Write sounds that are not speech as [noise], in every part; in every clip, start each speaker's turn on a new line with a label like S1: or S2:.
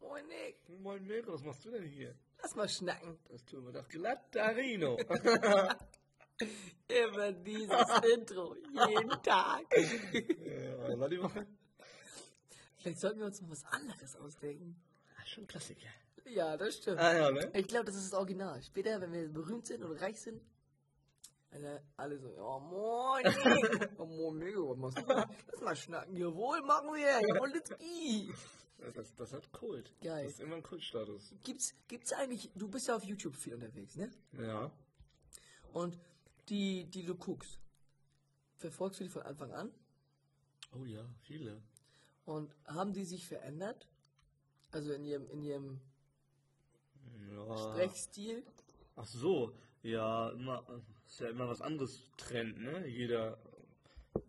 S1: Moin Nick.
S2: Moin Mirko, was machst du denn hier?
S1: Lass mal schnacken.
S2: Das tun wir doch glatt, [laughs] Darino.
S1: Immer dieses [laughs] Intro. Jeden Tag.
S2: ja, war die Woche?
S1: Vielleicht sollten wir uns mal was anderes ausdenken.
S2: Ah, Schon Klassiker.
S1: Ja, das stimmt.
S2: Ah ja, ne?
S1: Ich glaube, das ist das Original. Später, wenn wir berühmt sind und reich sind, alle, alle so, oh moin, [laughs] Nick. oh moin, Nick, was machst du? denn? Lass mal schnacken. Jawohl, machen wir. Jawohl, Litzki.
S2: Das, das hat Kult.
S1: Geil.
S2: Das ist immer ein Kultstatus.
S1: Gibt's, gibt's eigentlich, du bist ja auf YouTube viel unterwegs, ne?
S2: Ja.
S1: Und die, die du guckst, verfolgst du die von Anfang an?
S2: Oh ja, viele.
S1: Und haben die sich verändert? Also in ihrem, in ihrem
S2: Ja.
S1: Sprechstil?
S2: Ach so, ja, immer, ist ja immer was anderes Trend, ne? Jeder,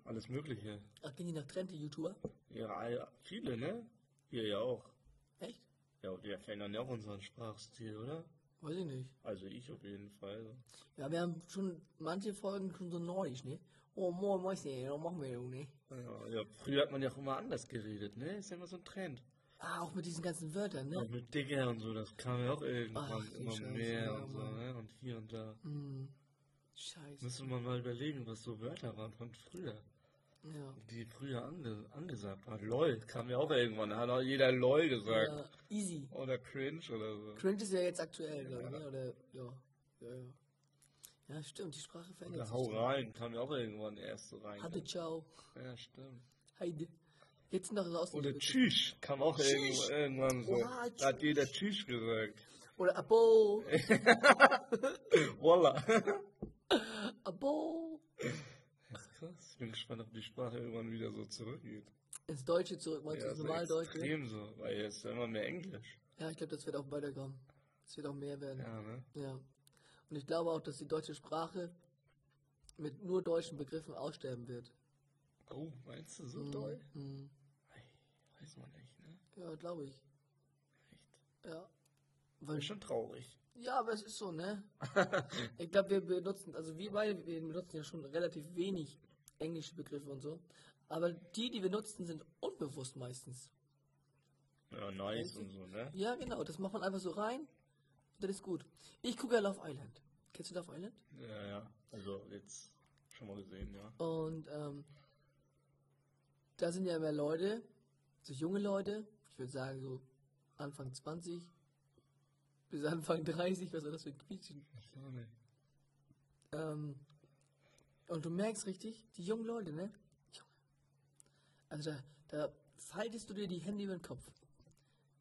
S2: alles Mögliche.
S1: Ach, gehen die nach Trend, die YouTuber?
S2: Ja, all- viele, ne? Ihr ja auch.
S1: Echt?
S2: Ja, und wir verändern ja auch unseren Sprachstil, oder?
S1: Weiß ich nicht.
S2: Also ich auf jeden Fall.
S1: Ja, wir haben schon manche Folgen schon so nordisch, ne? Oh, moin, moin, ne? Ja, machen wir doch, ne?
S2: Ja, ja, früher hat man ja auch immer anders geredet, ne? Ist ja immer so ein Trend.
S1: Ah, auch mit diesen ganzen Wörtern, ne?
S2: Und mit Digger und so, das kam ja auch irgendwann
S1: Ach, die
S2: immer
S1: Scheiße,
S2: mehr
S1: ja,
S2: und so,
S1: Mann.
S2: ne? Und hier und da.
S1: Hm. Scheiße.
S2: Müsste man mal überlegen, was so Wörter waren von früher. Hm.
S1: Ja.
S2: Die früher ange angesagt waren. LOL kam ja auch irgendwann. Da hat auch jeder LOL gesagt.
S1: ja. Easy.
S2: Oder cringe oder so.
S1: Cringe ist ja jetzt aktuell, glaube ich, ne? Oder, ja. Ja, ja. Ja, stimmt, die Sprache verändert
S2: Oder
S1: sich.
S2: hau rein, kam ja auch irgendwann erst so rein.
S1: Hatte, ciao.
S2: Ja, stimmt.
S1: Heide. Jetzt noch raus.
S2: Oder tschüss kam auch
S1: Tschüss.
S2: irgendwo- irgendwann so.
S1: Oha,
S2: Da hat
S1: tschüss.
S2: jeder tschüss gesagt.
S1: Oder Abo.
S2: Voila. [laughs]
S1: Abo.
S2: Krass. Ich bin gespannt, ob die Sprache irgendwann wieder so zurückgeht.
S1: Ins Deutsche zurück, mal
S2: Ja,
S1: ins
S2: so
S1: Normaldeutsche.
S2: extrem so, weil jetzt ist immer mehr Englisch.
S1: Ja, ich glaube, das wird auch weiterkommen. Das wird auch mehr werden.
S2: Ja, ne?
S1: Ja. Und ich glaube auch, dass die deutsche Sprache mit nur deutschen Begriffen aussterben wird.
S2: Oh, meinst du so
S1: Mhm.
S2: doll?
S1: Mhm.
S2: Weiß man nicht, ne?
S1: Ja, glaube ich.
S2: Echt.
S1: Ja.
S2: Das
S1: Weil,
S2: ist schon traurig.
S1: ja, aber es ist so, ne?
S2: [laughs]
S1: ich glaube, wir benutzen, also wir beide, wir benutzen ja schon relativ wenig englische Begriffe und so. Aber die, die wir nutzen, sind unbewusst meistens.
S2: Ja, nice und so, ne?
S1: Ja, genau, das macht man einfach so rein und dann ist gut. Ich gucke ja Love Island. Kennst du Love Island?
S2: Ja, ja. Also jetzt schon mal gesehen, ja.
S1: Und ähm, da sind ja mehr Leute, so junge Leute, ich würde sagen so Anfang 20 bis Anfang [laughs] 30, was war das für ein Quietschen?
S2: ne.
S1: Ähm, und du merkst richtig, die jungen Leute, ne? Junge. Also da, da faltest du dir die Hände über den Kopf.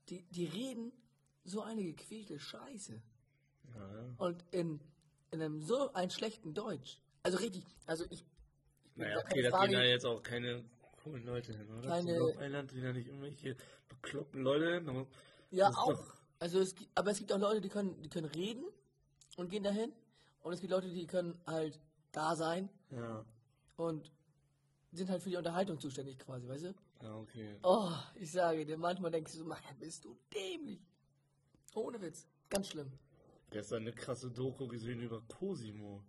S1: Die, die reden so eine gequälte Scheiße.
S2: Ja, ja.
S1: Und in, in einem so einen schlechten Deutsch. Also richtig, also ich. ich bin
S2: Naja,
S1: gar
S2: okay,
S1: keine
S2: da gehen ja
S1: Frage-
S2: jetzt auch keine coolen Leute hin, oder?
S1: Keine-
S2: Zum Eiland gehen ja nicht irgendwelche bekloppten Leute hin. aber-
S1: Ja,
S2: das ist
S1: auch.
S2: doch-
S1: Also es, gi- aber es gibt auch Leute, die können, die können reden und gehen dahin. Und es gibt Leute, die können halt da sein
S2: Ja,
S1: und sind halt für die Unterhaltung zuständig quasi, weißt du?
S2: ja, okay.
S1: Oh, ich sage dir, manchmal denkst du so, Mann, bist du dämlich. Ohne Witz. Ganz schlimm.
S2: Gestern eine krasse Doku gesehen über Cosimo.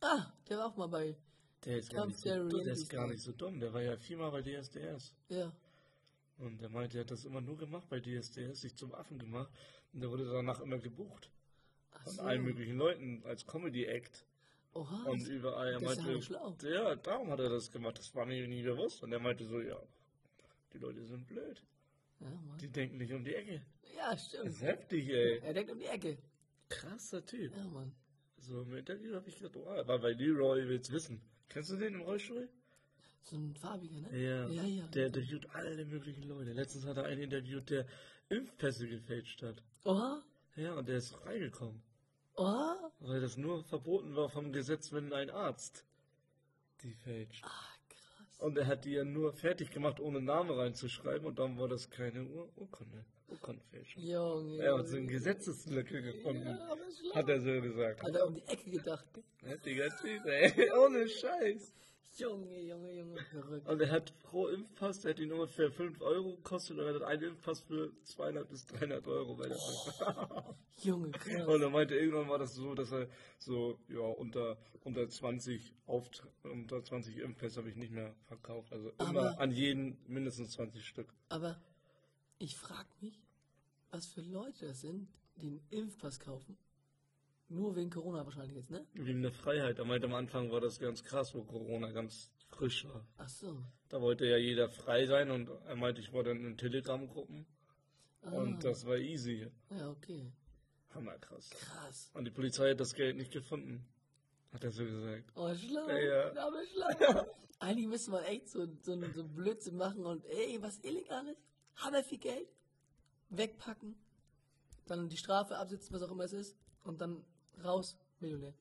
S1: Ah, der war auch mal bei.
S2: Der ist, gar
S1: Ganz
S2: nicht, so,
S1: der
S2: dumm, der ist
S1: Reality-Star.
S2: gar nicht so dumm. Der war ja viermal bei DSDS.
S1: Ja.
S2: Und der meinte, er hat das immer nur gemacht bei DSDS, sich zum Affen gemacht. Und der wurde danach immer gebucht.
S1: Ach
S2: Von
S1: so.
S2: allen möglichen Leuten als Comedy-Act.
S1: Oha.
S2: Und überall. Er
S1: Das ist ja
S2: meinte,
S1: schlau.
S2: ja, darum hat er das gemacht. Das war mir nie bewusst. Und er meinte so, ja, die Leute sind blöd.
S1: Ja, Mann.
S2: Die denken nicht um die Ecke.
S1: ja,
S2: Das ist
S1: stimmt.
S2: heftig, ey.
S1: Er denkt um die Ecke.
S2: Krasser Typ.
S1: Ja, Mann.
S2: So im Interview habe ich gedacht, oh, er war bei Leroy will's wissen. Kennst du den im Rollstuhl?
S1: So ein farbiger, ne?
S2: Ja.
S1: Ja, ja.
S2: Der interviewt alle möglichen Leute. Letztens hat er einen interviewt, der Impfpässe gefälscht hat.
S1: Oha.
S2: Ja, und der ist reingekommen.
S1: Oha.
S2: Weil das nur verboten war vom Gesetz, wenn ein Arzt die fälscht.
S1: Ah, krass.
S2: Und er hat die ja nur fertig gemacht, ohne Namen reinzuschreiben und dann war das keine Ur Urkunde. Urkundenfälschung.
S1: Junge.
S2: Er hat so eine Gesetzeslücke gefunden.
S1: Ja, aber schlau.
S2: Hat er so gesagt.
S1: Hat er um die Ecke gedacht.
S2: Heftiger Typ, ey. [laughs] Ohne Scheiß.
S1: Junge, Junge, Junge, verrückt.
S2: Und er hat pro Impfpass, der hat ihn ungefähr 5 Euro gekostet und er hat einen Impfpass für 200 bis 300 Euro. Bei der
S1: Junge,
S2: Und
S1: krass.
S2: er meinte, irgendwann war das so, dass er so, ja, unter, unter 20 auf, unter 20 Impfpässe habe ich nicht mehr verkauft. Also immer
S1: Aber-
S2: an jeden mindestens 20 Stück.
S1: Aber ich frag mich, was für Leute das sind, die einen Impfpass kaufen. Nur wegen Corona wahrscheinlich jetzt, ne?
S2: Wegen der Freiheit. Aber halt am Anfang war das ganz krass, wo Corona ganz frisch war.
S1: Ach so.
S2: Da wollte ja jeder frei sein und er meinte, ich war dann in Telegram-Gruppen.
S1: Ah,
S2: Und das war easy.
S1: ja, okay.
S2: Hammerkrass.
S1: Krass.
S2: Und die Polizei hat das Geld nicht gefunden. Hat er so gesagt.
S1: Oh, schlau.
S2: Ja, ja.
S1: Ja, aber schlau. Eigentlich müsste man echt so, so, so Blödsinn machen und, ey, was Illegales? Haben wir viel Geld? Wegpacken. Dann die Strafe absitzen, was auch immer es ist. Und dann raus, Millionär.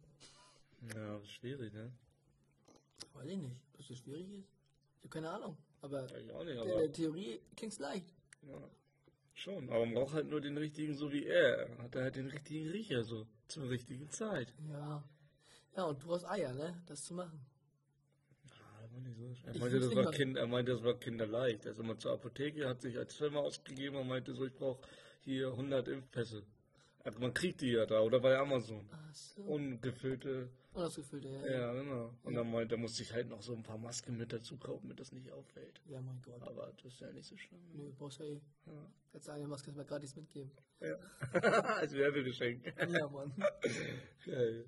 S2: Ja, schwierig, ne?
S1: Weiß ich nicht, ob das schwierig ist. Ich habe keine Ahnung. Aber
S2: Ja, ich auch nicht,
S1: in
S2: aber
S1: der Theorie klingt's leicht.
S2: ja, schon. Aber man braucht halt nur den richtigen, so wie er. Hat er halt den richtigen Riecher, so. Zur richtigen Zeit.
S1: Ja. Ja, und du hast Eier, ne? Das zu machen.
S2: Ah, das war nicht so schwer.
S1: Ich
S2: Er meinte,
S1: find's
S2: das war
S1: nicht mal-
S2: kind, er meinte, das war kinderleicht. Also mal zur Apotheke, hat sich als Firma ausgegeben und meinte so, ich brauche hier 100 Impfpässe. Also man kriegt die ja da, oder bei Amazon.
S1: Ach so.
S2: Ungefüllte,
S1: Unausgefüllte, ja.
S2: Ah. Oh. ja genau. Und dann meinte, da musste ich halt noch so ein paar Masken mit dazu kaufen, damit das nicht auffällt.
S1: Ja, mein Gott.
S2: Aber das ist ja nicht so schlimm.
S1: Nö, brauchst ja eh.
S2: Ja.
S1: Kannst du eine Maske mal gratis
S2: [laughs]
S1: mitgeben.
S2: Als Werbegeschenk.
S1: Ja, Mann.
S2: Geil.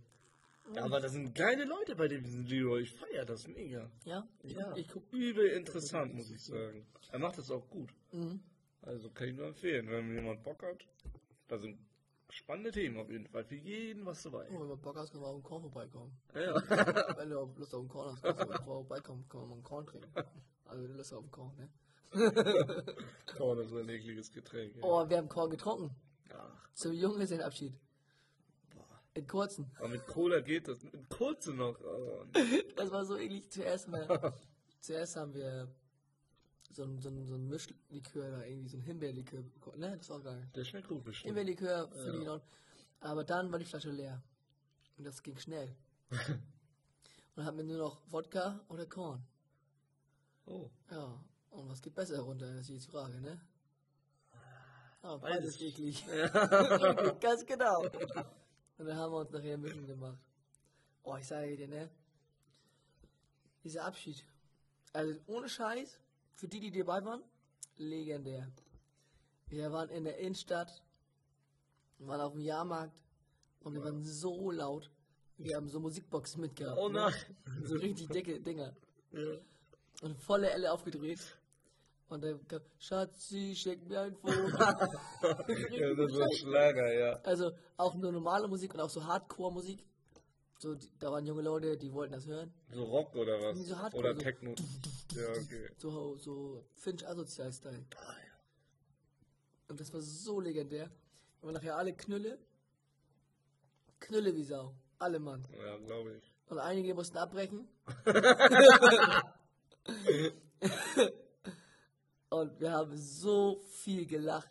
S2: Ja, aber das sind geile Leute bei dem Leroy. Ich feier das mega.
S1: Ja?
S2: Ja.
S1: Ich, ich guck.
S2: Übel interessant, muss ich sagen. Er macht das auch gut.
S1: Mhm.
S2: Also kann ich nur empfehlen, wenn jemand Bock hat. Da sind spannende Themen auf jeden Fall. Für jeden was dabei.
S1: Oh, wenn man Bock hast, kann man auf den Korn vorbeikommen.
S2: Ja. [laughs]
S1: wenn du auf Lust auf den Korn hast, kannst du auch vorbeikommen, kann man mal einen Korn trinken. Also wenn du Lust auf den Korn, ne?
S2: Korn ist so Oh, ein ekliges Getränk. Ja.
S1: Oh, wir haben Korn getrunken.
S2: Ach,
S1: Zum Junggesellenabschied.
S2: boah.
S1: In kurzen.
S2: Aber mit Cola geht das. Mit Kurze noch. Oh,
S1: Das war so ähnlich zuerst mal. zuerst haben wir so ein, so ein, so ein Mischlikör da, irgendwie so ein Himbeerlikör bekommen. Ne, das war geil.
S2: der schmeckt gut bestimmt.
S1: Himbeerlikör für die Laune. Aber dann war die Flasche leer. Und das ging schnell. und dann hatten wir nur noch Wodka oder Korn. [laughs]
S2: Oh,
S1: Ja, und was geht besser runter, ist jetzt die Frage, ne? Ah,
S2: Beides.
S1: beides ist [laughs] eklig. Ganz genau. [laughs] Und dann haben wir uns nachher ein bisschen gemacht. Oh, ich sage dir, ne? Dieser Abschied. Also ohne Scheiß, für die, die dabei waren, legendär. Wir waren in der Innenstadt, waren auf dem Jahrmarkt und wir waren so laut. Wir haben so Musikboxen mitgehabt.
S2: oh
S1: ne?
S2: nein.
S1: So richtig dicke Dinger
S2: Ja.
S1: und volle Elle aufgedreht. Und dann kam, Schatzi, schenk mir ein Vogel.
S2: Ja, das war ein Schlager, ja.
S1: also auch nur normale Musik und auch so Hardcore-Musik. So, die, da waren junge Leute, die wollten das hören.
S2: So Rock oder was?
S1: So Hardcore,
S2: oder
S1: so.
S2: Techno. Ja, okay.
S1: So, so Finch-Asozial-Style. Und das war so legendär. Und nachher alle Knülle. Knülle wie Sau. Alle Mann.
S2: Ja, glaube ich.
S1: Und einige mussten abbrechen. und wir haben so viel gelacht.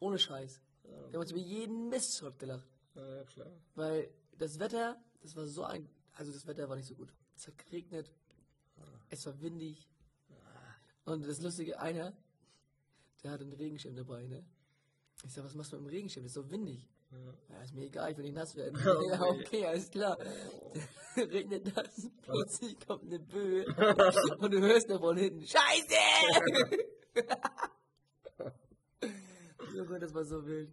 S1: Ohne Scheiß. Wir haben uns über jeden Mist zurückgelacht.
S2: Ja, ja, klar.
S1: Weil das Wetter, das war so ein. Also das Wetter war nicht so gut. Es hat geregnet. Es war windig. Und das Lustige, einer, der hat einen Regenschirm dabei, ne? Ich sag, was machst du mit dem Regenschirm? Das ist so windig. Ja, ist mir egal, ich will nicht nass werden. [laughs] ja, okay, alles klar. [laughs] Regnet [laughs] das, plötzlich kommt eine [laughs] Böe und du hörst davon hinten, Scheiße! [laughs] oh Gott, das war so wild.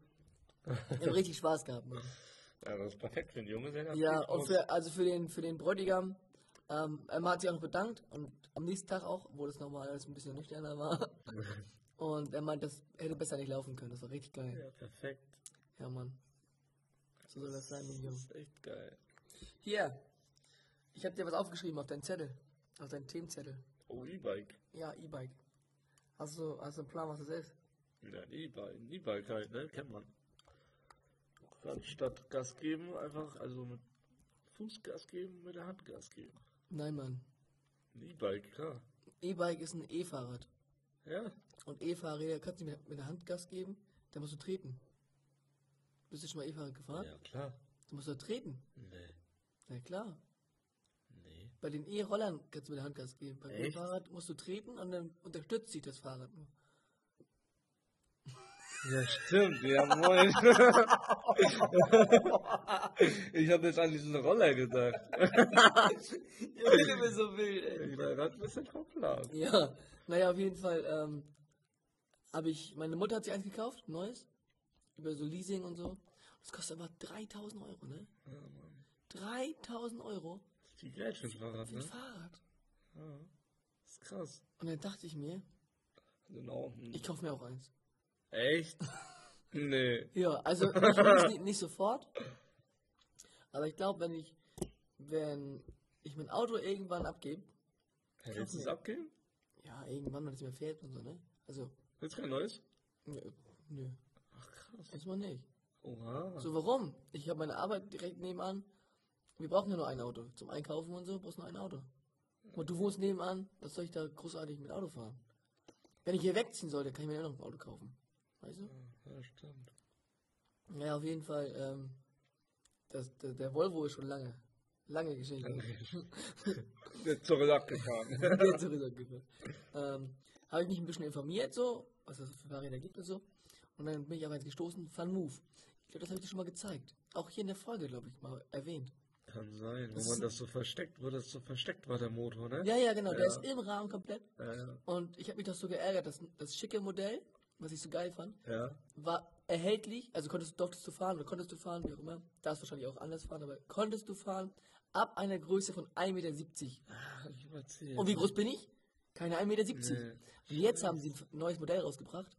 S1: Ich hab richtig Spaß gehabt, Mann.
S2: Ja, das ist perfekt für einen Junge, der das
S1: Ja,
S2: geht
S1: und
S2: aus.
S1: für, also für den, für den Bräutigam, ähm, er hat sich auch noch bedankt und am nächsten Tag auch, wo das nochmal alles ein bisschen nüchterner war. Und er meint, das hätte besser nicht laufen können, das war richtig geil.
S2: [laughs] Ja, perfekt.
S1: Ja, Mann. So soll das sein, mein
S2: Das
S1: Junge.
S2: ist echt geil.
S1: Hier, ich habe dir was aufgeschrieben auf deinen Zettel, auf deinen Themenzettel.
S2: Oh, E-Bike.
S1: Ja, E-Bike. Hast du, hast du einen Plan, was das ist?
S2: Ja, ein E-Bike. Ein E-Bike halt, ne? Kennt man. Dann statt Gas geben, einfach, also mit Fuß Gas geben, mit der Hand Gas geben.
S1: Nein, Mann.
S2: Ein E-Bike, klar.
S1: E-Bike ist ein E-Fahrrad.
S2: Ja.
S1: Und E-Fahrräder kannst du mit, mit der Hand Gas geben, da musst du treten. Bist du schon mal E-Fahrrad gefahren?
S2: Ja, klar.
S1: Du musst da treten.
S2: Nee.
S1: Na klar.
S2: Nee.
S1: Bei den E-Rollern kannst du mit der Hand Gas geben. Beim
S2: Echt?
S1: E-Fahrrad musst du treten und dann unterstützt sich das Fahrrad nur.
S2: Ja, stimmt, ja, moin. [laughs] ich habe jetzt an diesen Roller [laughs] gedacht.
S1: Ja, ich bin so wild, ey.
S2: Ich war gerade ein bisschen hoppla.
S1: Ja, naja, auf jeden Fall ähm, habe ich, meine Mutter hat sich eins gekauft, ein neues, über so Leasing und so. Das kostet aber 3000 Euro, ne?
S2: Ja, Mann.
S1: 3000 Euro
S2: Das ist viel Geld für ein Fahrrad,
S1: für ein
S2: ne?
S1: Fahrrad.
S2: Ja. Das ist krass.
S1: Und dann dachte ich mir,
S2: Genau. Hm.
S1: ich kaufe mir auch eins.
S2: Echt? nee.
S1: Ja, also ich weiß nicht, nicht sofort. Aber ich glaube, wenn ich, wenn ich mein Auto irgendwann abgebe,
S2: Hä, willst du es
S1: mir.
S2: abgeben?
S1: ja, irgendwann, wenn es mir fährt und so, ne? Also,
S2: Willst du kein neues?
S1: nö, nö
S2: Ach, krass.
S1: erstmal nicht.
S2: Oha.
S1: So, warum? Ich habe meine Arbeit direkt nebenan. Wir brauchen ja nur ein Auto. Zum Einkaufen und so brauchst du nur ein Auto. Und du wohnst nebenan, was soll ich da großartig mit Auto fahren? Wenn ich hier wegziehen sollte, kann ich mir ja noch ein Auto kaufen. Weißt du?
S2: Ja, stimmt.
S1: Ja, auf jeden Fall, ähm, das, der, der Volvo ist schon lange, lange Geschichte.
S2: Der Zorlack gefahren.
S1: [laughs] Jetzt sowieso gefühlt. ähm, habe ich mich ein bisschen informiert, so, was es für Fahrräder gibt und so. Und dann bin ich auf eins gestoßen, Funmove. Ich glaube, das habe ich dir schon mal gezeigt. Auch hier in der Folge, glaube ich, mal erwähnt.
S2: Kann sein,
S1: Das
S2: wo man
S1: ist-
S2: das so versteckt, wo das so versteckt war, der Motor, ne?
S1: Ja, ja, genau, der
S2: Ja.
S1: ist im Rahmen komplett.
S2: Ja.
S1: Und ich habe mich doch so geärgert, dass das schicke Modell, was ich so geil fand,
S2: ja.
S1: war erhältlich, also konntest, durftest du fahren oder konntest du fahren, wie auch immer, darfst wahrscheinlich auch anders fahren, aber konntest du fahren ab einer Größe von 1,70 Meter.
S2: Ah, hab ich mal erzählt.
S1: Und wie groß bin ich? Keine 1,70 Meter.
S2: Nee.
S1: Und jetzt haben sie ein f- neues Modell rausgebracht.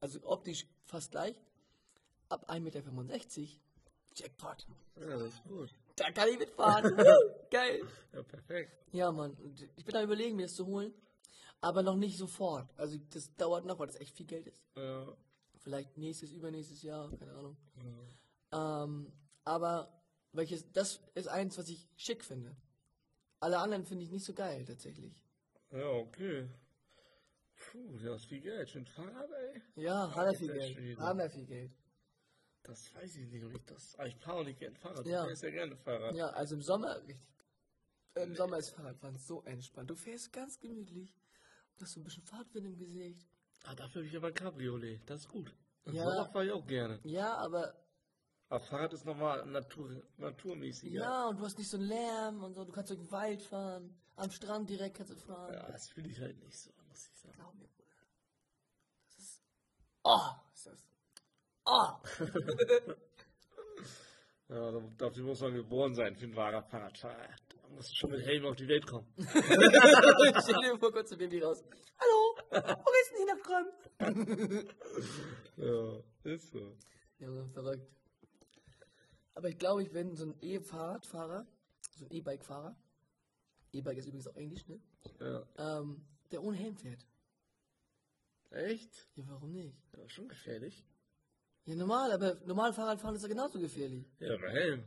S1: Also optisch fast gleich. Ab 1,65 Meter. Jackpot.
S2: Ja, das ist gut.
S1: Da kann ich mitfahren. Woo! Geil.
S2: Ja, perfekt.
S1: Ja, Mann. Und Ich bin da überlegen, mir das zu holen. Aber noch nicht sofort. Also das dauert noch, weil das echt viel Geld ist.
S2: Ja.
S1: Vielleicht nächstes, übernächstes Jahr. Keine Ahnung.
S2: Ja.
S1: Ähm, aber welches, das ist eins, was ich schick finde. Alle anderen finde ich nicht so geil, tatsächlich.
S2: Ja, okay. Puh, das ist viel Geld. Für ein Fahrrad, ey?
S1: Ja, haben wir viel
S2: das ist
S1: Geld.
S2: schwierig.
S1: Haben wir viel Geld.
S2: Das weiß ich nicht, ob ich das. Ah, ich fahre auch nicht gerne Fahrrad.
S1: Ja.
S2: Ich fahre sehr gerne Fahrrad.
S1: Ja, also im Sommer richtig. Im Sommer ist Fahrradfahren so entspannt. Du fährst ganz gemütlich. Du hast so ein bisschen Fahrtwind im Gesicht.
S2: Ah, dafür habe ich aber ein Cabriolet. Das ist gut. Und
S1: Ja.
S2: Sommer fahre ich auch gerne.
S1: Ja, aber
S2: Aber Fahrrad ist nochmal natur, naturmäßiger.
S1: ja. und du hast nicht so einen Lärm und so. Du kannst durch den Wald fahren. Am Strand direkt kannst du fahren.
S2: Ja, das fühle ich halt nicht so, muss ich sagen.
S1: Glaub mir, Bruder. Das ist. Oh, ist das. Oh! [laughs]
S2: Ja, da- dafür muss man geboren sein, für ein wahrer Fahrradfahrer. Da musst du schon mit Helm auf die Welt [laughs] kommen.
S1: Stell dir vor kurz ein Baby raus. Hallo! Wo geht's denn hier nach Kröm?
S2: ja, ist so.
S1: Junge, verrückt. Aber ich glaube, ich bin so ein E-Fahrradfahrer, so ein E-Bike-Fahrer. E-Bike ist übrigens auch Englisch, ne?
S2: Ja.
S1: Ähm, der ohne Helm fährt.
S2: Echt?
S1: Ja, warum nicht?
S2: Ja, schon gefährlich.
S1: Ja, normal, aber normal Fahrradfahren ist ja genauso gefährlich.
S2: Ja, aber Helm.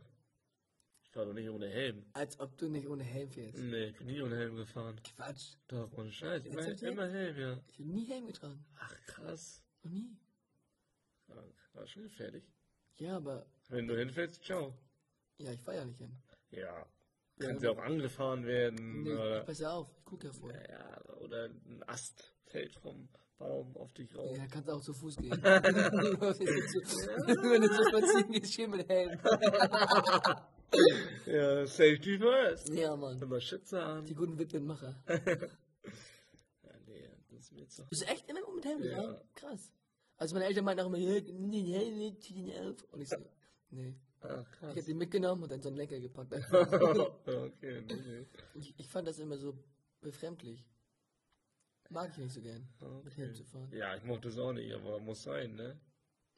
S2: Ich fahre doch nicht ohne Helm.
S1: Als ob du nicht ohne Helm fährst.
S2: Nee, ich bin nie ohne Helm gefahren.
S1: Quatsch.
S2: Doch, ohne Scheiß. Immer,
S1: Jetzt
S2: immer Helm, ja.
S1: Ich habe nie Helm getragen.
S2: Ach, krass.
S1: Noch nie.
S2: Ja, war schon gefährlich.
S1: Ja, aber.
S2: Wenn du hinfällst, ciao.
S1: Ja, ich fahr ja nicht hin.
S2: Ja. Kannst ja auch angefahren werden.
S1: Nee, ich
S2: oder,
S1: pass ja auf. Ich guck ja vorher.
S2: ja, oder ein Ast fällt vom Baum auf dich rauf.
S1: Ja, kannst auch zu Fuß
S2: [laughs]
S1: gehen. Wenn du zu spazieren gehst, schön mit Helm.
S2: Ja, safety first.
S1: Ja, Mann.
S2: Immer Schütze an.
S1: Die guten Witwenmacher.
S2: Ja, nee, das ist mir jetzt noch.
S1: Bist du echt immer nur mit Helm
S2: Ja.
S1: gefahren? Krass. Also meine Eltern meinten auch immer, ja, nimm den Helm mit, zieh den auf. Und ich so, nee.
S2: [laughs] Ach,
S1: Ich
S2: Ah, krass.
S1: hab den mitgenommen und dann so einen Lenker gepackt.
S2: [laughs] okay, nee, nee.
S1: ich, ich fand das immer so befremdlich. Mag ich nicht so gern, mit Helm zu
S2: Okay.
S1: fahren.
S2: Ja, ich mochte es auch nicht, aber muss sein, ne?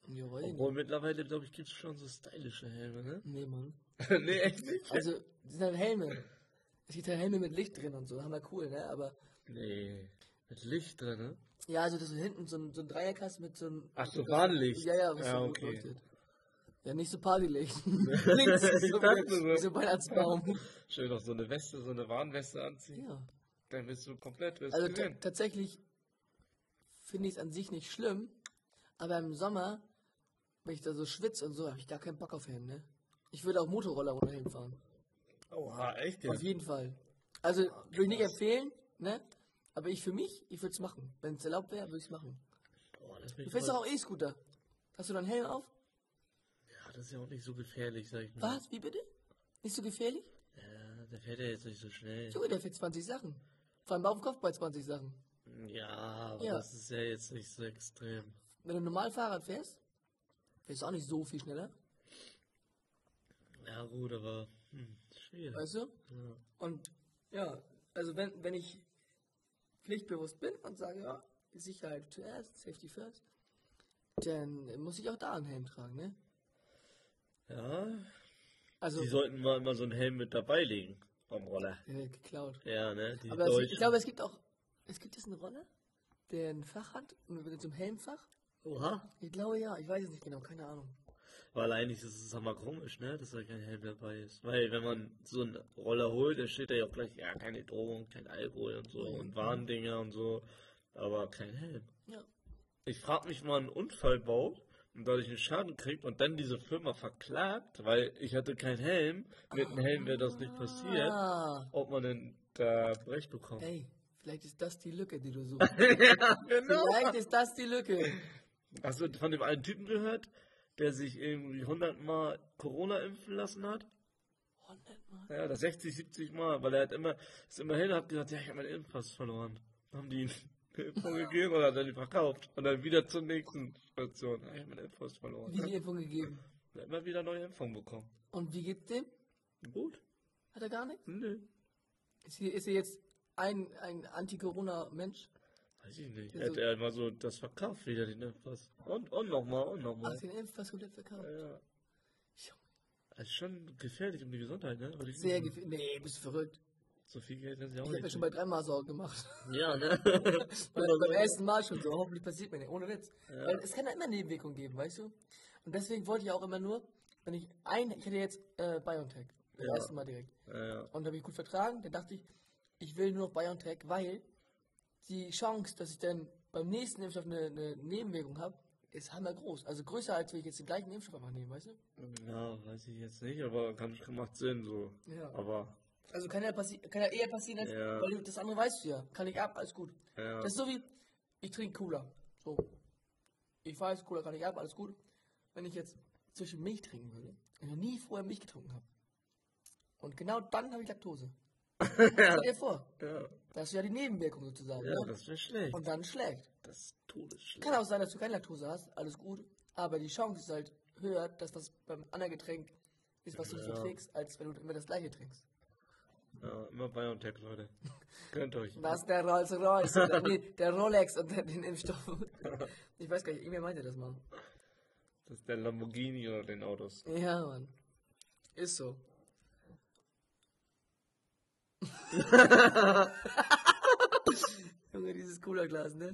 S1: Ja, weiß ich nicht.
S2: Obwohl mittlerweile, glaube ich, gibt es schon so stylische Helme, ne?
S1: Nee, Mann.
S2: [laughs] nee, echt nicht?
S1: Also, das sind halt Helme. Es gibt halt Helme mit Licht drin und so, hammer cool, ne? Aber,
S2: Nee. Mit Licht drin, ne?
S1: ja, also das hinten so ein, so ein Dreieck hast mit so einem...
S2: Ach so, Warnlicht.
S1: Ja, ja, was
S2: ja,
S1: so
S2: okay.
S1: leuchtet. Ja, nicht so Partylicht.
S2: [laughs]
S1: Links,
S2: Ich
S1: so,
S2: dachte so.
S1: wie so ein Weihnachtsbaum.
S2: Schön noch so eine Weste, so eine Warnweste anziehen.
S1: ja.
S2: Dann bist du komplett bist
S1: Also
S2: also,
S1: ta-
S2: drin.
S1: tatsächlich finde ich es an sich nicht schlimm, aber im Sommer, wenn ich da so schwitze und so, habe ich gar keinen Bock auf Helm, ne? Ich würde auch Motorroller ohne Helm fahren.
S2: Oha, echt
S1: Auf jeden Fall. Also würde ich nicht empfehlen, ne? Aber ich für mich, ich würde es machen. Wenn es erlaubt wäre, würde ich es machen.
S2: Boah, das,
S1: Du
S2: ich
S1: fährst
S2: mal,
S1: doch auch E-Scooter. Hast du dann Helm auf?
S2: ja, das ist ja auch nicht so gefährlich, sag ich mal.
S1: Was? Wie bitte? Nicht so gefährlich?
S2: Ja, der fährt ja jetzt nicht so schnell.
S1: Junge, der fährt 20 Sachen. Vor allem auf dem Kopf bei 20 Sachen.
S2: Ja, aber
S1: Ja.
S2: das ist ja jetzt nicht so extrem.
S1: Wenn du normal Fahrrad fährst, Bist auch nicht so viel schneller,
S2: Ja, gut, aber hm, schwierig.
S1: weißt du?
S2: ja.
S1: Und ja, also wenn, wenn ich pflichtbewusst bin und sage, ja, Sicherheit zuerst, Safety first, dann muss ich auch da einen Helm tragen, ne?
S2: ja.
S1: Also,
S2: Die sollten mal immer so einen Helm mit dabei legen beim Roller.
S1: äh, geklaut.
S2: Ja, ne? Die
S1: Aber es, ich
S2: Deutschen.
S1: glaube, es gibt auch, es gibt jetzt einen Roller, der ein Fach hat, mit so einem Helmfach.
S2: Oha.
S1: Ich glaube ja, ich weiß es nicht genau, keine Ahnung.
S2: Weil eigentlich ist es aber komisch, ne? Dass da kein Helm dabei ist. Weil wenn man so einen Roller holt, dann steht da ja auch gleich, ja, keine Drohung, kein Alkohol und so und Warndinger und so. Aber kein Helm.
S1: Ja.
S2: Ich frage mich mal, einen Unfall baut und dadurch einen Schaden kriegt und dann diese Firma verklagt, weil ich hatte keinen Helm. Mit einem Helm wäre das nicht passiert.
S1: Ah,
S2: Ob man denn da Recht bekommt.
S1: ey, vielleicht ist das die Lücke, die du suchst.
S2: [laughs] ja, genau.
S1: Äh, vielleicht ist das die Lücke.
S2: Hast du von dem einen Typen gehört, der sich irgendwie 100 Mal Corona impfen lassen hat?
S1: 100 Mal.
S2: Ja, das 60, 70 Mal, weil er hat immer, ist immer hin und hat gesagt, ja, ich habe meinen Impfpass verloren. Dann haben die ihn eine
S1: [laughs]
S2: Impfung gegeben oder hat er die verkauft. Und dann wieder zur nächsten Station. Ja, ich habe meinen Impfpass verloren.
S1: Wie die Impfung gegeben.
S2: Und hat immer wieder neue Impfungen bekommen.
S1: Und wie geht's dem?
S2: Gut?
S1: Hat er gar nichts?
S2: Nö.
S1: Ist hier, ist hier jetzt ein, ein Anti-Corona-Mensch?
S2: Weiß ich nicht.
S1: Also-
S2: hat er immer so das verkauft wieder, den Impfpass. Und, und nochmal, und nochmal.
S1: Hat den Impfpass komplett verkauft?
S2: Ja, ja.
S1: Junge.
S2: Das ist schon gefährlich um die Gesundheit, ne? Würde ich
S1: Sehr
S2: sagen.
S1: gefährlich. Nee, bist du verrückt.
S2: So viel Geld hat sie auch
S1: Ich hab ja
S2: nicht.
S1: schon bei dreimal Sorgen
S2: [laughs]
S1: gemacht. [laughs]
S2: Ja, ne?
S1: Beim beim ersten Mal schon so. Hoffentlich passiert mir nicht. Ohne Witz.
S2: Ja.
S1: Weil es kann ja immer Nebenwirkungen geben, weißt du? Und deswegen wollte ich auch immer nur, wenn ich ein, ich hatte jetzt äh, BioNTech. Das
S2: Ja.
S1: erste Mal direkt.
S2: ja,
S1: Und habe ich gut vertragen. Dann dachte ich, ich will nur noch BioNTech, weil die Chance, dass ich dann beim nächsten Impfstoff eine, eine Nebenwirkung habe, ist hammergroß. Also größer, als wenn ich jetzt den gleichen Impfstoff einfach nehme, weißt du?
S2: ja, weiß ich jetzt nicht, aber kann, macht Sinn so.
S1: Ja.
S2: Aber,
S1: Also kann ja, passi kann ja eher passieren, als
S2: Ja.
S1: weil du, das andere weißt du ja. Kann ich ab, alles gut.
S2: ja.
S1: Das ist so wie, ich trinke Cola. So. Ich weiß, Cola kann ich ab, alles gut. Wenn ich jetzt zwischen Milch trinken würde, ich noch nie vorher Milch getrunken habe. Und genau dann habe ich
S2: [laughs]
S1: Laktose. Stell dir vor,
S2: ja,
S1: das ist ja die Nebenwirkung sozusagen.
S2: ja,
S1: ne?
S2: das wäre schlecht.
S1: Und dann schlägt.
S2: Das ist todesschlecht.
S1: Kann auch sein, dass du keine Laktose hast, alles gut. Aber die Chance ist halt höher, dass das beim anderen Getränk ist, was du nicht
S2: Ja.
S1: verträgst, als wenn du immer das gleiche trinkst.
S2: Ja, immer Biontech, Leute. [laughs] Könnt euch.
S1: Das ist der Rolls Royce, oder nee, der Rolex und der- den Impfstoff. Ich weiß gar nicht, irgendwer meinte das mal.
S2: Das ist der Lamborghini oder den Autos.
S1: Ja, Mann. Ist so. Junge, dieses Cola-Glas, ne?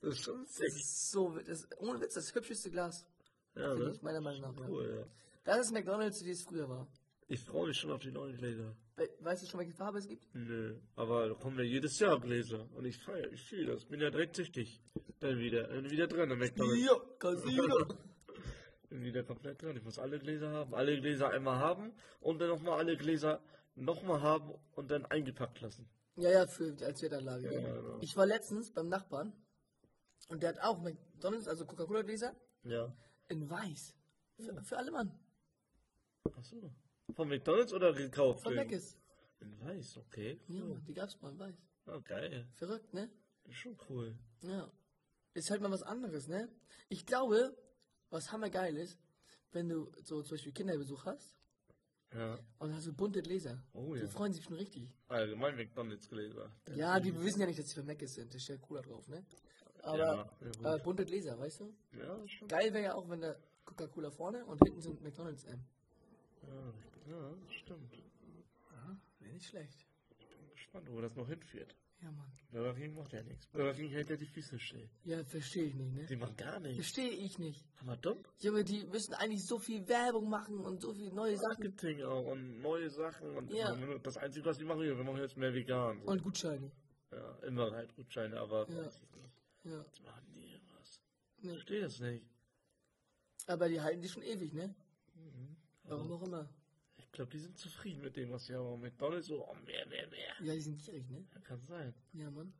S2: Das ist schon
S1: Das ist so, wit- das, ohne Witz, das hübscheste Glas.
S2: Ja,
S1: Finde
S2: ne?
S1: ich meiner Meinung nach. Ja.
S2: Cool, ja.
S1: Das ist McDonalds, wie es früher war.
S2: Ich freue mich schon auf die neuen Gläser.
S1: We weißt du schon, welche Farbe es gibt?
S2: Nö, aber da kommen ja jedes Jahr Gläser. Und ich feier, ich fühle das. Bin ja direkt süchtig. Dann wieder, dann wieder dran, dann McDonalds.
S1: Ja, Casino.
S2: Bin wieder komplett dran. Ich muss alle Gläser haben, alle Gläser einmal haben und dann nochmal alle Gläser nochmal haben und dann eingepackt lassen.
S1: Ja, ja, für, als Wertanlage.
S2: Ja,
S1: Ja,
S2: genau.
S1: Ich war letztens beim Nachbarn und der hat auch McDonalds, also Coca-Cola-Gläser,
S2: Ja.
S1: in weiß. Für, für alle Mann.
S2: Achso. Von McDonalds oder gekauft?
S1: Von weg
S2: irgendwo?
S1: ist.
S2: In weiß, okay.
S1: Ja, Mann, die gab's mal in weiß.
S2: Ah, geil.
S1: Verrückt, ne?
S2: Ist schon cool.
S1: Ja. Ist halt mal was anderes, ne? Ich glaube, was hammergeil ist, wenn du so zum Beispiel Kinderbesuch hast
S2: Ja.
S1: und hast so bunte Gläser.
S2: Oh,
S1: die
S2: ja.
S1: freuen sich schon richtig.
S2: Allgemein McDonalds-Gläser.
S1: Ja, die wissen ja nicht, dass sie für Meckes sind. Das ist ja cooler drauf, ne? Aber
S2: Ja, ja, gut.
S1: äh, bunte Gläser, weißt du?
S2: Ja, schon.
S1: Geil wäre ja auch, wenn da Coca-Cola vorne und hinten sind McDonalds M.
S2: Ja, ja, stimmt.
S1: Wäre nicht schlecht.
S2: Bin gespannt, wo das noch hinführt.
S1: Ja, Mann.
S2: Burger King macht ja nichts. Burger King hält ja die Füße still.
S1: Ja, verstehe ich nicht, ne?
S2: Die machen gar nichts.
S1: Verstehe ich nicht.
S2: Hammer dumm.
S1: Junge, die müssen eigentlich so viel Werbung machen und so viel neue Sachen
S2: Marketing auch und neue Sachen und
S1: Ja.
S2: immer nur- das Einzige, was die machen, wir machen jetzt mehr vegan.
S1: und Gutscheine.
S2: Ja, immer halt Gutscheine, aber
S1: Ja.
S2: weiß ich nicht.
S1: Ja.
S2: Die machen nie irgendwas. Ich
S1: Ne.
S2: verstehe das nicht.
S1: Aber die halten sich schon ewig, ne? Warum auch immer.
S2: Ich glaube, die sind zufrieden mit dem, was sie haben. McDonalds so, oh, mehr, mehr, mehr.
S1: Ja, die sind gierig, ne?
S2: Ja, kann sein.
S1: Ja, Mann.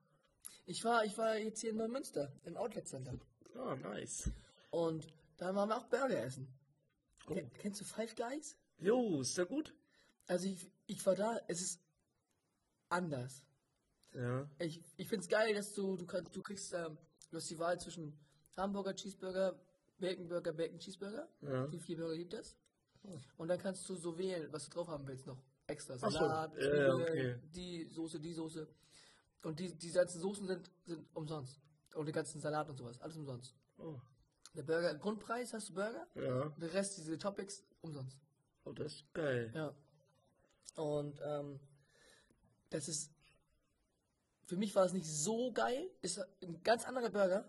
S1: Ich war, ich war jetzt hier in Neumünster, im Outlet Center.
S2: Ah, nice.
S1: Und da waren wir auch Burger essen.
S2: Oh.
S1: Ken- Kennst du Five Guys?
S2: Jo, ist der gut?
S1: Also ich, ich war da, es ist anders.
S2: Ja.
S1: Ich, ich find's geil, dass du, du kannst, du kriegst, ähm, du hast die Wahl zwischen Hamburger, Cheeseburger, Bacon Burger, Bacon Cheeseburger.
S2: Ja.
S1: Die vier Burger gibt es. Und dann kannst du so wählen, was du drauf haben willst noch. Extra
S2: Ach so.
S1: Salat,
S2: Ja, ja, okay.
S1: die Soße, die Soße. Und die, die ganzen Soßen sind, sind umsonst. Und den ganzen Salat und sowas. Alles umsonst.
S2: Oh.
S1: Der Burger, Grundpreis hast du Burger.
S2: Ja.
S1: Und der Rest, diese Topics, umsonst.
S2: Oh, das ist geil.
S1: Ja. Und ähm, das ist. Für mich war es nicht so geil. Ist ein ganz anderer Burger.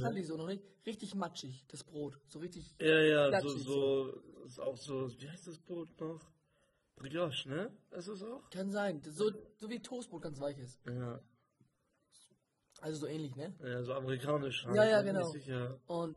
S1: Kannte ich so noch nicht. Richtig matschig, das Brot. So richtig.
S2: Ja, ja, so,
S1: Platz nicht
S2: so, ist auch so, wie heißt das Brot noch? Brioche, ne? Ist es auch?
S1: Kann sein. Das- So, so wie Toastbrot ganz weich ist.
S2: Ja,
S1: Also so ähnlich, ne?
S2: ja so amerikanisch.
S1: Ja, ja,
S2: ich bin mir
S1: genau.
S2: Sicher.
S1: Und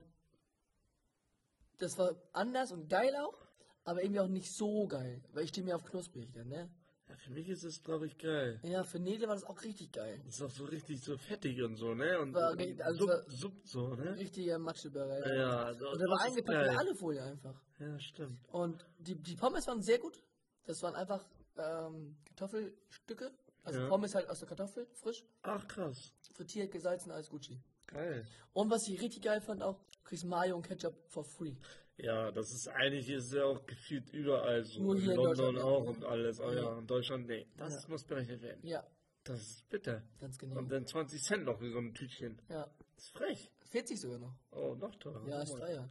S1: das war anders und geil auch, aber irgendwie auch nicht so geil. Weil ich stehe mir auf knusprig dann, ne?
S2: Ja, für mich ist es, glaube ich, geil.
S1: Ja, für Nele war das auch richtig geil.
S2: Ist auch so richtig so fettig und so, ne? Und
S1: War richtig- also war-
S2: sub, sub so, ne?
S1: Richtiger Matscheburger.
S2: Ja, ja, also
S1: und der war
S2: das ist
S1: eingepackt in
S2: geil.
S1: Alufolie einfach.
S2: Ja, stimmt.
S1: Und die, die Pommes waren sehr gut. Das waren einfach ähm, Kartoffelstücke. Also
S2: Ja.
S1: Pommes halt aus der Kartoffel, frisch,
S2: Ach, krass.
S1: frittiert, gesalzen, alles Gucci.
S2: Geil.
S1: Und was ich richtig geil fand auch, du kriegst Mayo und Ketchup for free.
S2: Ja, das ist eigentlich ist ja auch gefühlt überall so.
S1: Nur
S2: in
S1: hier in
S2: London
S1: Deutschland, ja.
S2: auch und alles. Aber
S1: Ja.
S2: ja, in Deutschland, nee. Das
S1: Ja.
S2: muss berechnet werden.
S1: Ja,
S2: Das ist bitter.
S1: ganz genau.
S2: Und dann 20 Cent noch in so einem Tütchen.
S1: Ja,
S2: Das ist frech.
S1: 40 sogar noch.
S2: Oh, noch teurer.
S1: Ja, ist
S2: Guck mal.
S1: teuer.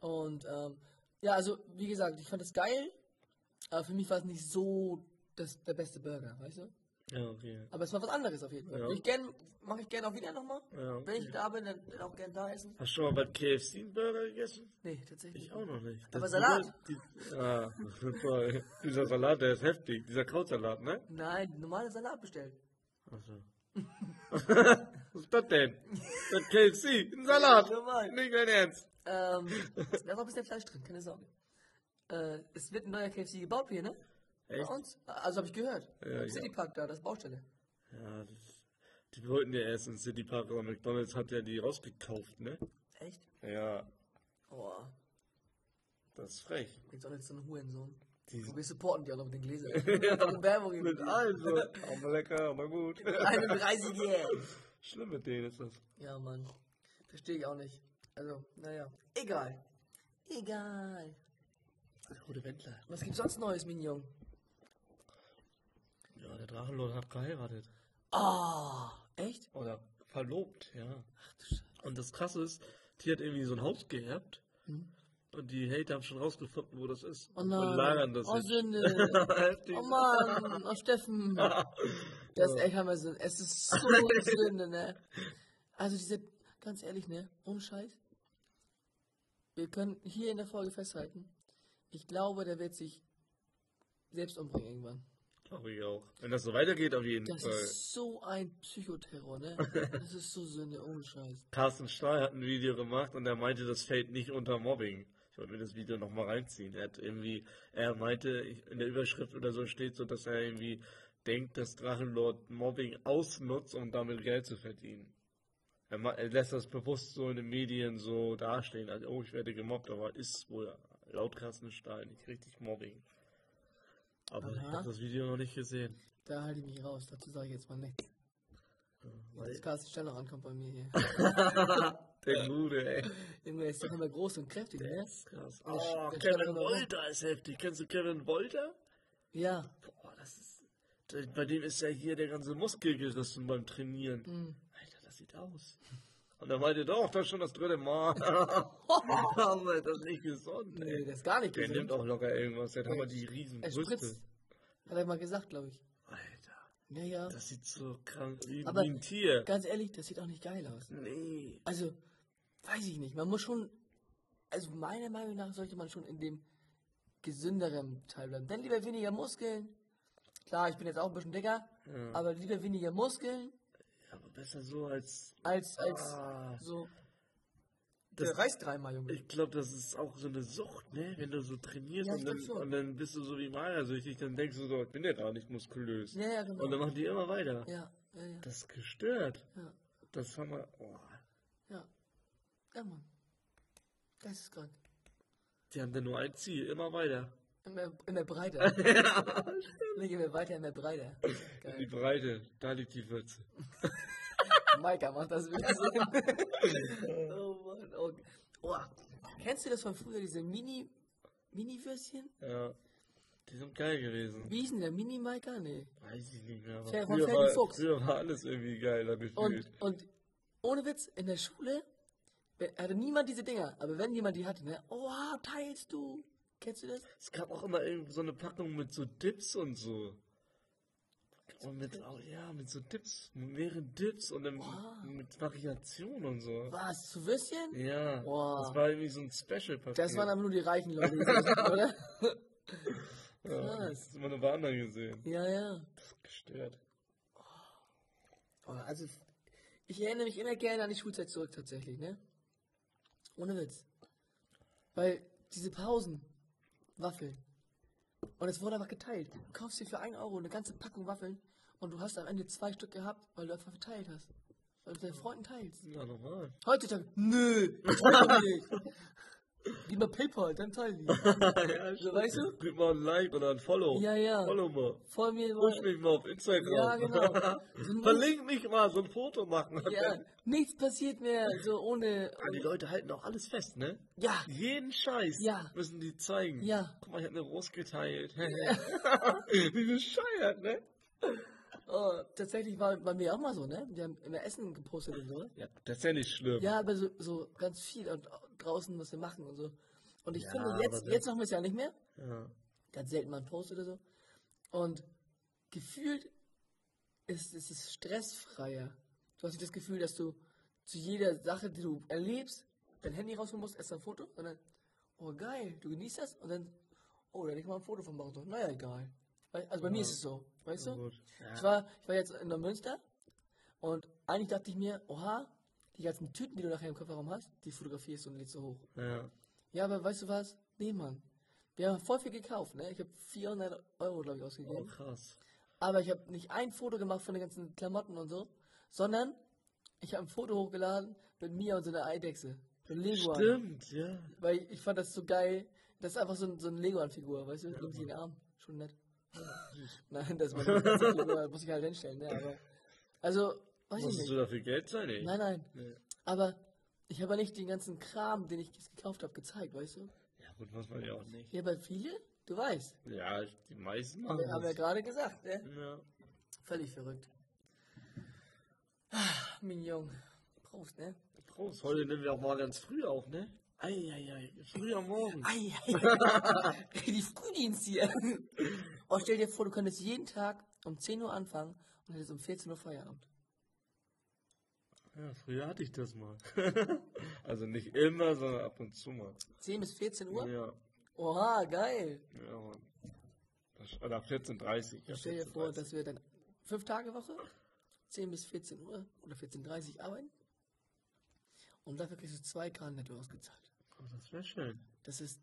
S1: Und ähm, ja, also wie gesagt, ich fand es geil, aber für mich war es nicht so das, der beste Burger, weißt du?
S2: Ja, okay.
S1: Aber es war was anderes auf jeden Fall.
S2: Ja.
S1: Ich gern, mache ich gerne auch wieder nochmal.
S2: Ja, okay.
S1: Wenn ich da bin, dann, dann auch gern da essen.
S2: Hast du schon mal bei KFC einen Burger gegessen?
S1: Nee, tatsächlich.
S2: Ich auch noch nicht.
S1: Aber
S2: Das-
S1: Salat.
S2: Die, ah, [laughs] voll. Dieser Salat, der ist heftig. Dieser Krautsalat, ne?
S1: Nein, normale Salat bestellt. [laughs]
S2: Achso. [laughs] Was ist das denn? Das KFC, ein Salat.
S1: Ja, normal.
S2: Nicht dein Ernst. [laughs]
S1: Ähm, da war ein bisschen Fleisch drin, keine Sorge. Äh, es wird ein neuer KFC gebaut hier, ne?
S2: Echt?
S1: Bei uns. Also habe ich gehört. Im
S2: Ja, ja.
S1: City Park da, das ist Baustelle.
S2: Ja, das, die wollten ja erst ins City Park, aber McDonalds hat ja die rausgekauft, ne?
S1: Echt?
S2: Ja,
S1: Boah,
S2: das ist frech.
S1: McDonalds ist so ein Hurensohn.
S2: Die-
S1: Und wir supporten die auch noch mit den
S2: [laughs]
S1: Gläsern. ja. Werbung geben.
S2: Mit allem so. [laughs] Aber lecker, aber gut.
S1: 31 jährigen
S2: Schlimm mit denen ist das.
S1: Ja, Mann. Verstehe ich auch nicht. Also, naja. Egal. Egal.
S2: Gute Wendler.
S1: Was gibt's sonst Neues, Minion?
S2: Ja, der Drachenlord hat geheiratet.
S1: Ah, echt?
S2: Oder verlobt, ja.
S1: Ach du Scheiße.
S2: Und das Krasse ist, die hat irgendwie so ein Haus geerbt.
S1: Mhm.
S2: Und die Hater haben schon rausgefunden, wo das ist.
S1: Oh
S2: Und
S1: nein.
S2: lagern das
S1: oh,
S2: jetzt. [laughs]
S1: Sünde.
S2: Heftig.
S1: oh Mann. Oh, Steffen.
S2: [laughs]
S1: Das ist echt Hammer Sünde. Es ist so eine Sünde, ne? Also diese, ganz ehrlich, ne? Ohne Scheiß. Wir können hier in der Folge festhalten. Ich glaube, der wird sich selbst umbringen irgendwann.
S2: Glaube ich auch. Wenn das so weitergeht, auf jeden
S1: Das
S2: Fall.
S1: ist so ein Psychoterror,
S2: [laughs]
S1: ne? Das ist so Sünde, ohne Scheiß.
S2: Carsten Stahl hat ein Video gemacht und er meinte, das fällt nicht unter Mobbing. Ich wollte mir das Video nochmal reinziehen. Er hat irgendwie, er meinte, ich- in der Überschrift oder so steht so, dass er irgendwie denkt, dass Drachenlord Mobbing ausnutzt, um damit Geld zu verdienen. Er, ma- er lässt das bewusst so in den Medien so dastehen, als oh, ich werde gemobbt, aber ist wohl laut Carsten Stahl nicht richtig Mobbing. Aber ich
S1: Aha.
S2: habe das Video noch nicht gesehen.
S1: Da halte ich mich raus, dazu sage ich jetzt mal nichts. Wenn das
S2: Weil-
S1: Carsten Stein noch ankommt bei mir hier. [laughs]
S2: Der Gute, ey.
S1: Junge, ist doch immer groß und kräftig, ne?
S2: Krass.
S1: Der Sch-
S2: Oh,
S1: der
S2: Kevin
S1: Stefan Wolter.
S2: Wolter ist heftig. Kennst du Kevin Wolter?
S1: Ja,
S2: Boah, das ist. der- Bei dem ist ja hier der ganze Muskel gerissen beim Trainieren.
S1: hm.
S2: Alter, das sieht aus. Und er meinte doch, das ist schon das dritte Mal. [laughs] Aber das ist nicht gesund.
S1: nee,
S2: Ey.
S1: das ist gar nicht
S2: Der nimmt
S1: gesund.
S2: auch locker irgendwas. Der hat
S1: Nee.
S2: aber die riesen
S1: Er
S2: Brüste.
S1: spritzt. Hat er mal gesagt, glaube ich.
S2: Alter,
S1: Ja, ja.
S2: das sieht so krank wie,
S1: Aber-
S2: wie ein Tier.
S1: Ganz ehrlich, das sieht auch nicht geil aus.
S2: Nee.
S1: Also, weiß ich nicht. Man muss schon. Also, meiner Meinung nach sollte man schon in dem gesünderen Teil bleiben. Dann lieber weniger Muskeln. Klar, ich bin jetzt auch ein bisschen dicker.
S2: Ja.
S1: Aber lieber weniger Muskeln
S2: Aber besser so als.
S1: als, als
S2: Ah.
S1: so.
S2: Das-
S1: der reißt dreimal, Junge.
S2: Ich glaube, das ist auch so eine Sucht, ne? Wenn du so trainierst
S1: Ja, ich
S2: und, dann,
S1: glaub schon.
S2: und dann bist du so wie magersüchtig, dann denkst du so, ich bin ja gar nicht muskulös.
S1: Ja, ja, genau.
S2: Und dann machen die immer weiter.
S1: ja, ja, ja,
S2: Das ist gestört.
S1: ja,
S2: Das haben wir. Oh,
S1: ja. Ja, Mann. Das ist krank.
S2: die haben dann nur ein Ziel, immer weiter.
S1: Immer, immer breiter.
S2: [laughs]
S1: Nicht immer weiter, immer breiter.
S2: In die
S1: Geil.
S2: Breite, da liegt die Würze.
S1: [laughs] Maika macht das wieder Sinn. oh Mann, oh. Oh, Kennst du das von früher, diese Mini, Mini-Würstchen?
S2: Ja. Die sind geil gewesen.
S1: Wie hieß denn der? Mini-Maika? Nee.
S2: Weiß ich nicht mehr. Aber
S1: Fer- von
S2: früher,
S1: Ferdi
S2: war,
S1: Fuchs.
S2: früher war alles irgendwie geil, hab ich
S1: Und,
S2: gefühlt.
S1: und ohne Witz, in der Schule we- hatte niemand diese Dinger. Aber wenn jemand die hatte, ne? Oha, teilst du. Kennst du das?
S2: Es gab auch immer irgendwie so eine Packung mit so Dips und so. Und mit, oh ja, mit so Dips, mit mehreren Dips und dann
S1: Wow.
S2: mit Variationen und so.
S1: Was? Zu Würstchen?
S2: Ja,
S1: Wow.
S2: das war irgendwie so ein Special-Paket.
S1: Das waren aber nur die reichen Leute,
S2: [laughs]
S1: die das hatten, oder?
S2: ja,
S1: krass.
S2: Das ist immer eine Warner gesehen.
S1: Ja, ja.
S2: Gestört.
S1: Oh, also, ich erinnere mich immer gerne an die Schulzeit zurück, tatsächlich, ne? Ohne Witz. Weil diese Pausen, Waffeln. Und es wurde einfach geteilt. Du kaufst dir für 1 Euro eine ganze Packung Waffeln und du hast am Ende zwei Stück gehabt, weil du einfach verteilt hast. Weil du deinen Freunden teilst.
S2: Ja, normal.
S1: [laughs] Heutzutage, nö, das kann ich nicht. [laughs] Lieber PayPal, dann teil die.
S2: ja,
S1: So, weißt du?
S2: Gib mal ein Like oder ein Follow.
S1: Ja, ja.
S2: Follow mal.
S1: Vor mir war.
S2: Push mich mal auf Instagram.
S1: Ja,
S2: [laughs]
S1: genau. So ein- [laughs]
S2: Verlink mich mal, so ein Foto machen.
S1: Ja, nichts passiert mehr, so ohne.
S2: Ah, Die Leute halten auch alles fest, ne?
S1: Ja,
S2: Jeden Scheiß
S1: Ja.
S2: müssen die zeigen.
S1: Ja.
S2: Guck mal, ich hab eine Rose geteilt. [laughs] Wie bescheuert, ne?
S1: Oh, tatsächlich war bei mir auch mal so, ne? Wir haben immer Essen gepostet und so. ne?
S2: Ja, das ist ja nicht schlimm.
S1: Ja, aber so, so ganz viel und auch draußen, was wir machen und so. Und ich
S2: Ja,
S1: finde, jetzt,
S2: aber
S1: jetzt machen wir es ja nicht mehr.
S2: Ja.
S1: Ganz selten mal ein Post oder so. Und gefühlt ist ist es stressfreier. Du hast nicht das Gefühl, dass du zu jeder Sache, die du erlebst, dein Handy rausholen musst, erst ein Foto und dann, oh geil, du genießt das und dann, oh, da hätte ich mal ein Foto von machen sollen. Naja, egal. Wei- Also bei mir
S2: Ja.
S1: ist es so, weißt
S2: Ja,
S1: du?
S2: gut. oh Ja.
S1: Ich war, ich war jetzt in Neumünster und eigentlich dachte ich mir, oha, die ganzen Tüten, die du nachher im Kofferraum hast, die fotografierst du und lädst du hoch.
S2: Ja.
S1: Ja, aber weißt du was? Nee, Mann. Wir haben voll viel gekauft, ne? Ich habe 400 Euro, glaube ich,
S2: Oh,
S1: ausgegeben.
S2: krass.
S1: Aber ich habe nicht ein Foto gemacht von den ganzen Klamotten und so, sondern ich habe ein Foto hochgeladen mit mir und so einer Eidechse. So ein Lego.
S2: Stimmt, ja.
S1: Weil ich, ich fand das so geil. Das ist einfach so, ein- so eine Lego-Figur, weißt du? Nimmt sich in den Arm. Schon nett. [laughs] Nein, das war nicht. muss ich halt hinstellen, ne? Aber, also, weiß ich
S2: Musstest du
S1: nicht.
S2: dafür Geld sein, ey?
S1: Nein, nein.
S2: Nee.
S1: Aber ich habe ja nicht den ganzen Kram, den ich gekauft habe, gezeigt, weißt du?
S2: Ja, gut, muss man ja auch nicht.
S1: Ja, aber viele, du weißt.
S2: Ja, die meisten
S1: Haben
S2: machen
S1: wir, haben wir
S2: das.
S1: gerade gesagt, ne?
S2: Ja.
S1: Völlig verrückt. Ah, Mignon. Prost, ne?
S2: Prost, heute nehmen wir auch mal ganz früh auf, ne? Ah. Eieiei, früh am Morgen.
S1: Ei, ei, ei. Die Frühdienst hier. Oh, stell dir vor, du könntest jeden Tag um 10 Uhr anfangen und hättest um 14 Uhr Feierabend.
S2: Ja, früher hatte ich das mal. [laughs] also nicht immer, sondern ab und zu mal.
S1: 10 bis 14 Uhr?
S2: Ja,
S1: Oha, geil.
S2: ja, Mann. Das- Oder 14.30 ja,
S1: Stell dir vor,
S2: 14:30.
S1: dass wir dann 5 Tage Woche, 10 bis 14 Uhr oder 14.30 Uhr arbeiten. Und dafür kriegst du 2 K netto ausgezahlt.
S2: Oh, das wäre schön.
S1: Das ist.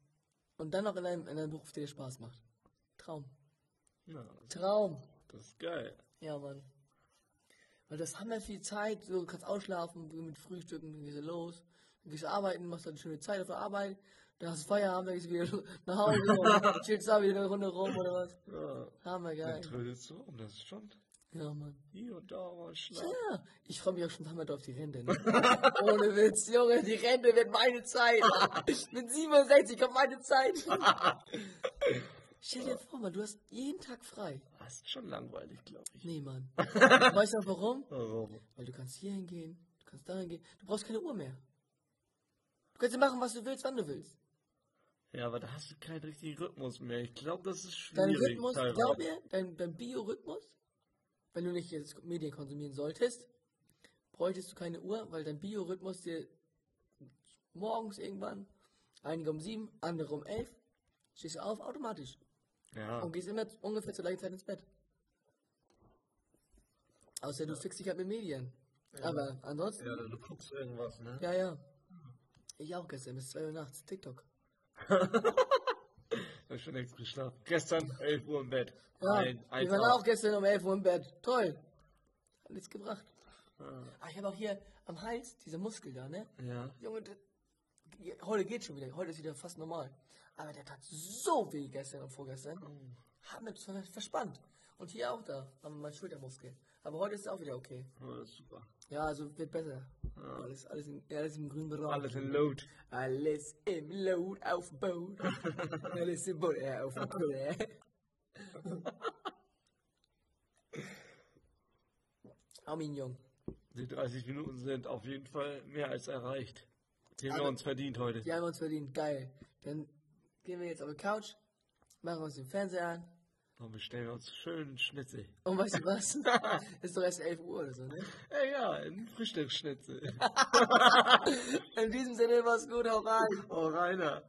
S1: Und dann noch in einem, in einem Beruf, der dir Spaß macht. Traum.
S2: Ja,
S1: Traum.
S2: das ist geil.
S1: Ja, Mann. Weil das haben wir viel Zeit, so, du kannst ausschlafen, du mit Frühstücken, dann gehst du los, dann gehst du arbeiten, machst dann eine schöne Zeit auf der Arbeit, dann hast du Feierabend, dann gehst du wieder [laughs] nach Hause und chillst da wieder eine Runde rum oder was.
S2: Ja,
S1: Haben wir
S2: dann
S1: geil.
S2: trödelst du rum, um. das ist schon
S1: Ja, Mann.
S2: hier und da mal
S1: Ja,
S2: schlafen.
S1: ich freue mich auch schon hammer auf die Rente. Ne? [laughs] Ohne Witz, Junge, die Rente wird meine Zeit. Mit 67 kommt meine Zeit. Stell dir vor, Mann, du hast jeden Tag frei.
S2: Das ist schon langweilig, glaube ich. Also,
S1: Nee, Mann. Weißt du warum?
S2: Warum?
S1: Weil du kannst hier hingehen, du kannst da hingehen. Du brauchst keine Uhr mehr. Du kannst machen, was du willst, wann du willst.
S2: Ja, aber da hast du keinen richtigen Rhythmus mehr. Ich glaube, das ist
S1: Dein
S2: schwierig.
S1: Rhythmus,
S2: teilweise.
S1: glaub mir, dein, dein Biorhythmus, wenn du nicht jetzt Medien konsumieren solltest, bräuchtest du keine Uhr, weil dein Biorhythmus dir morgens irgendwann, einige um sieben, andere um elf, stehst du auf automatisch
S2: Ja,
S1: und gehst immer ungefähr zur gleichen Zeit ins Bett. Außer du fixst dich halt mit Medien. Aber ansonsten,
S2: ja, du guckst irgendwas, ne?
S1: ja, ja. Ich auch gestern bis zwei Uhr nachts, TikTok.
S2: Hab schon längst geschlafen. Gestern 11 Uhr im Bett.
S1: Ja,
S2: Nein,
S1: wir
S2: eins
S1: waren
S2: auf.
S1: auch gestern um 11 Uhr im Bett. Toll. Hat nichts gebracht.
S2: Ja.
S1: Ah, ich habe auch hier am Hals diese Muskel da, ne?
S2: Ja.
S1: Junge, das, je- heute geht schon wieder. Heute ist wieder fast normal. Aber der tat so
S2: Hm.
S1: weh gestern und vorgestern. Hat mir das ver- verspannt. Und hier auch da, an meinem Schultermuskel. Aber heute ist es auch wieder okay.
S2: Oh, das ist super.
S1: Ja, also wird besser.
S2: Ja.
S1: Alles, alles, in, alles im grünen Bereich.
S2: Alles in Load.
S1: Alles im Load auf dem [laughs] Boot. alles im Boot, äh, auf dem Boot. äh. [laughs] Armin Jung.
S2: Die 30 Minuten sind auf jeden Fall mehr als erreicht. Die haben wir
S1: Aber-
S2: uns verdient heute.
S1: Die haben wir uns verdient. Geil. Dann gehen wir jetzt auf die Couch, machen uns den Fernseher an.
S2: Und bestellen uns schönen Schnitzel.
S1: Und weißt du [laughs] was? ist doch erst 11 Uhr oder so, ne?
S2: Ja, Äh, ja, ein Frühstücksschnitzel.
S1: In diesem Sinne, mach's gut, hau rein.
S2: oh, Rainer.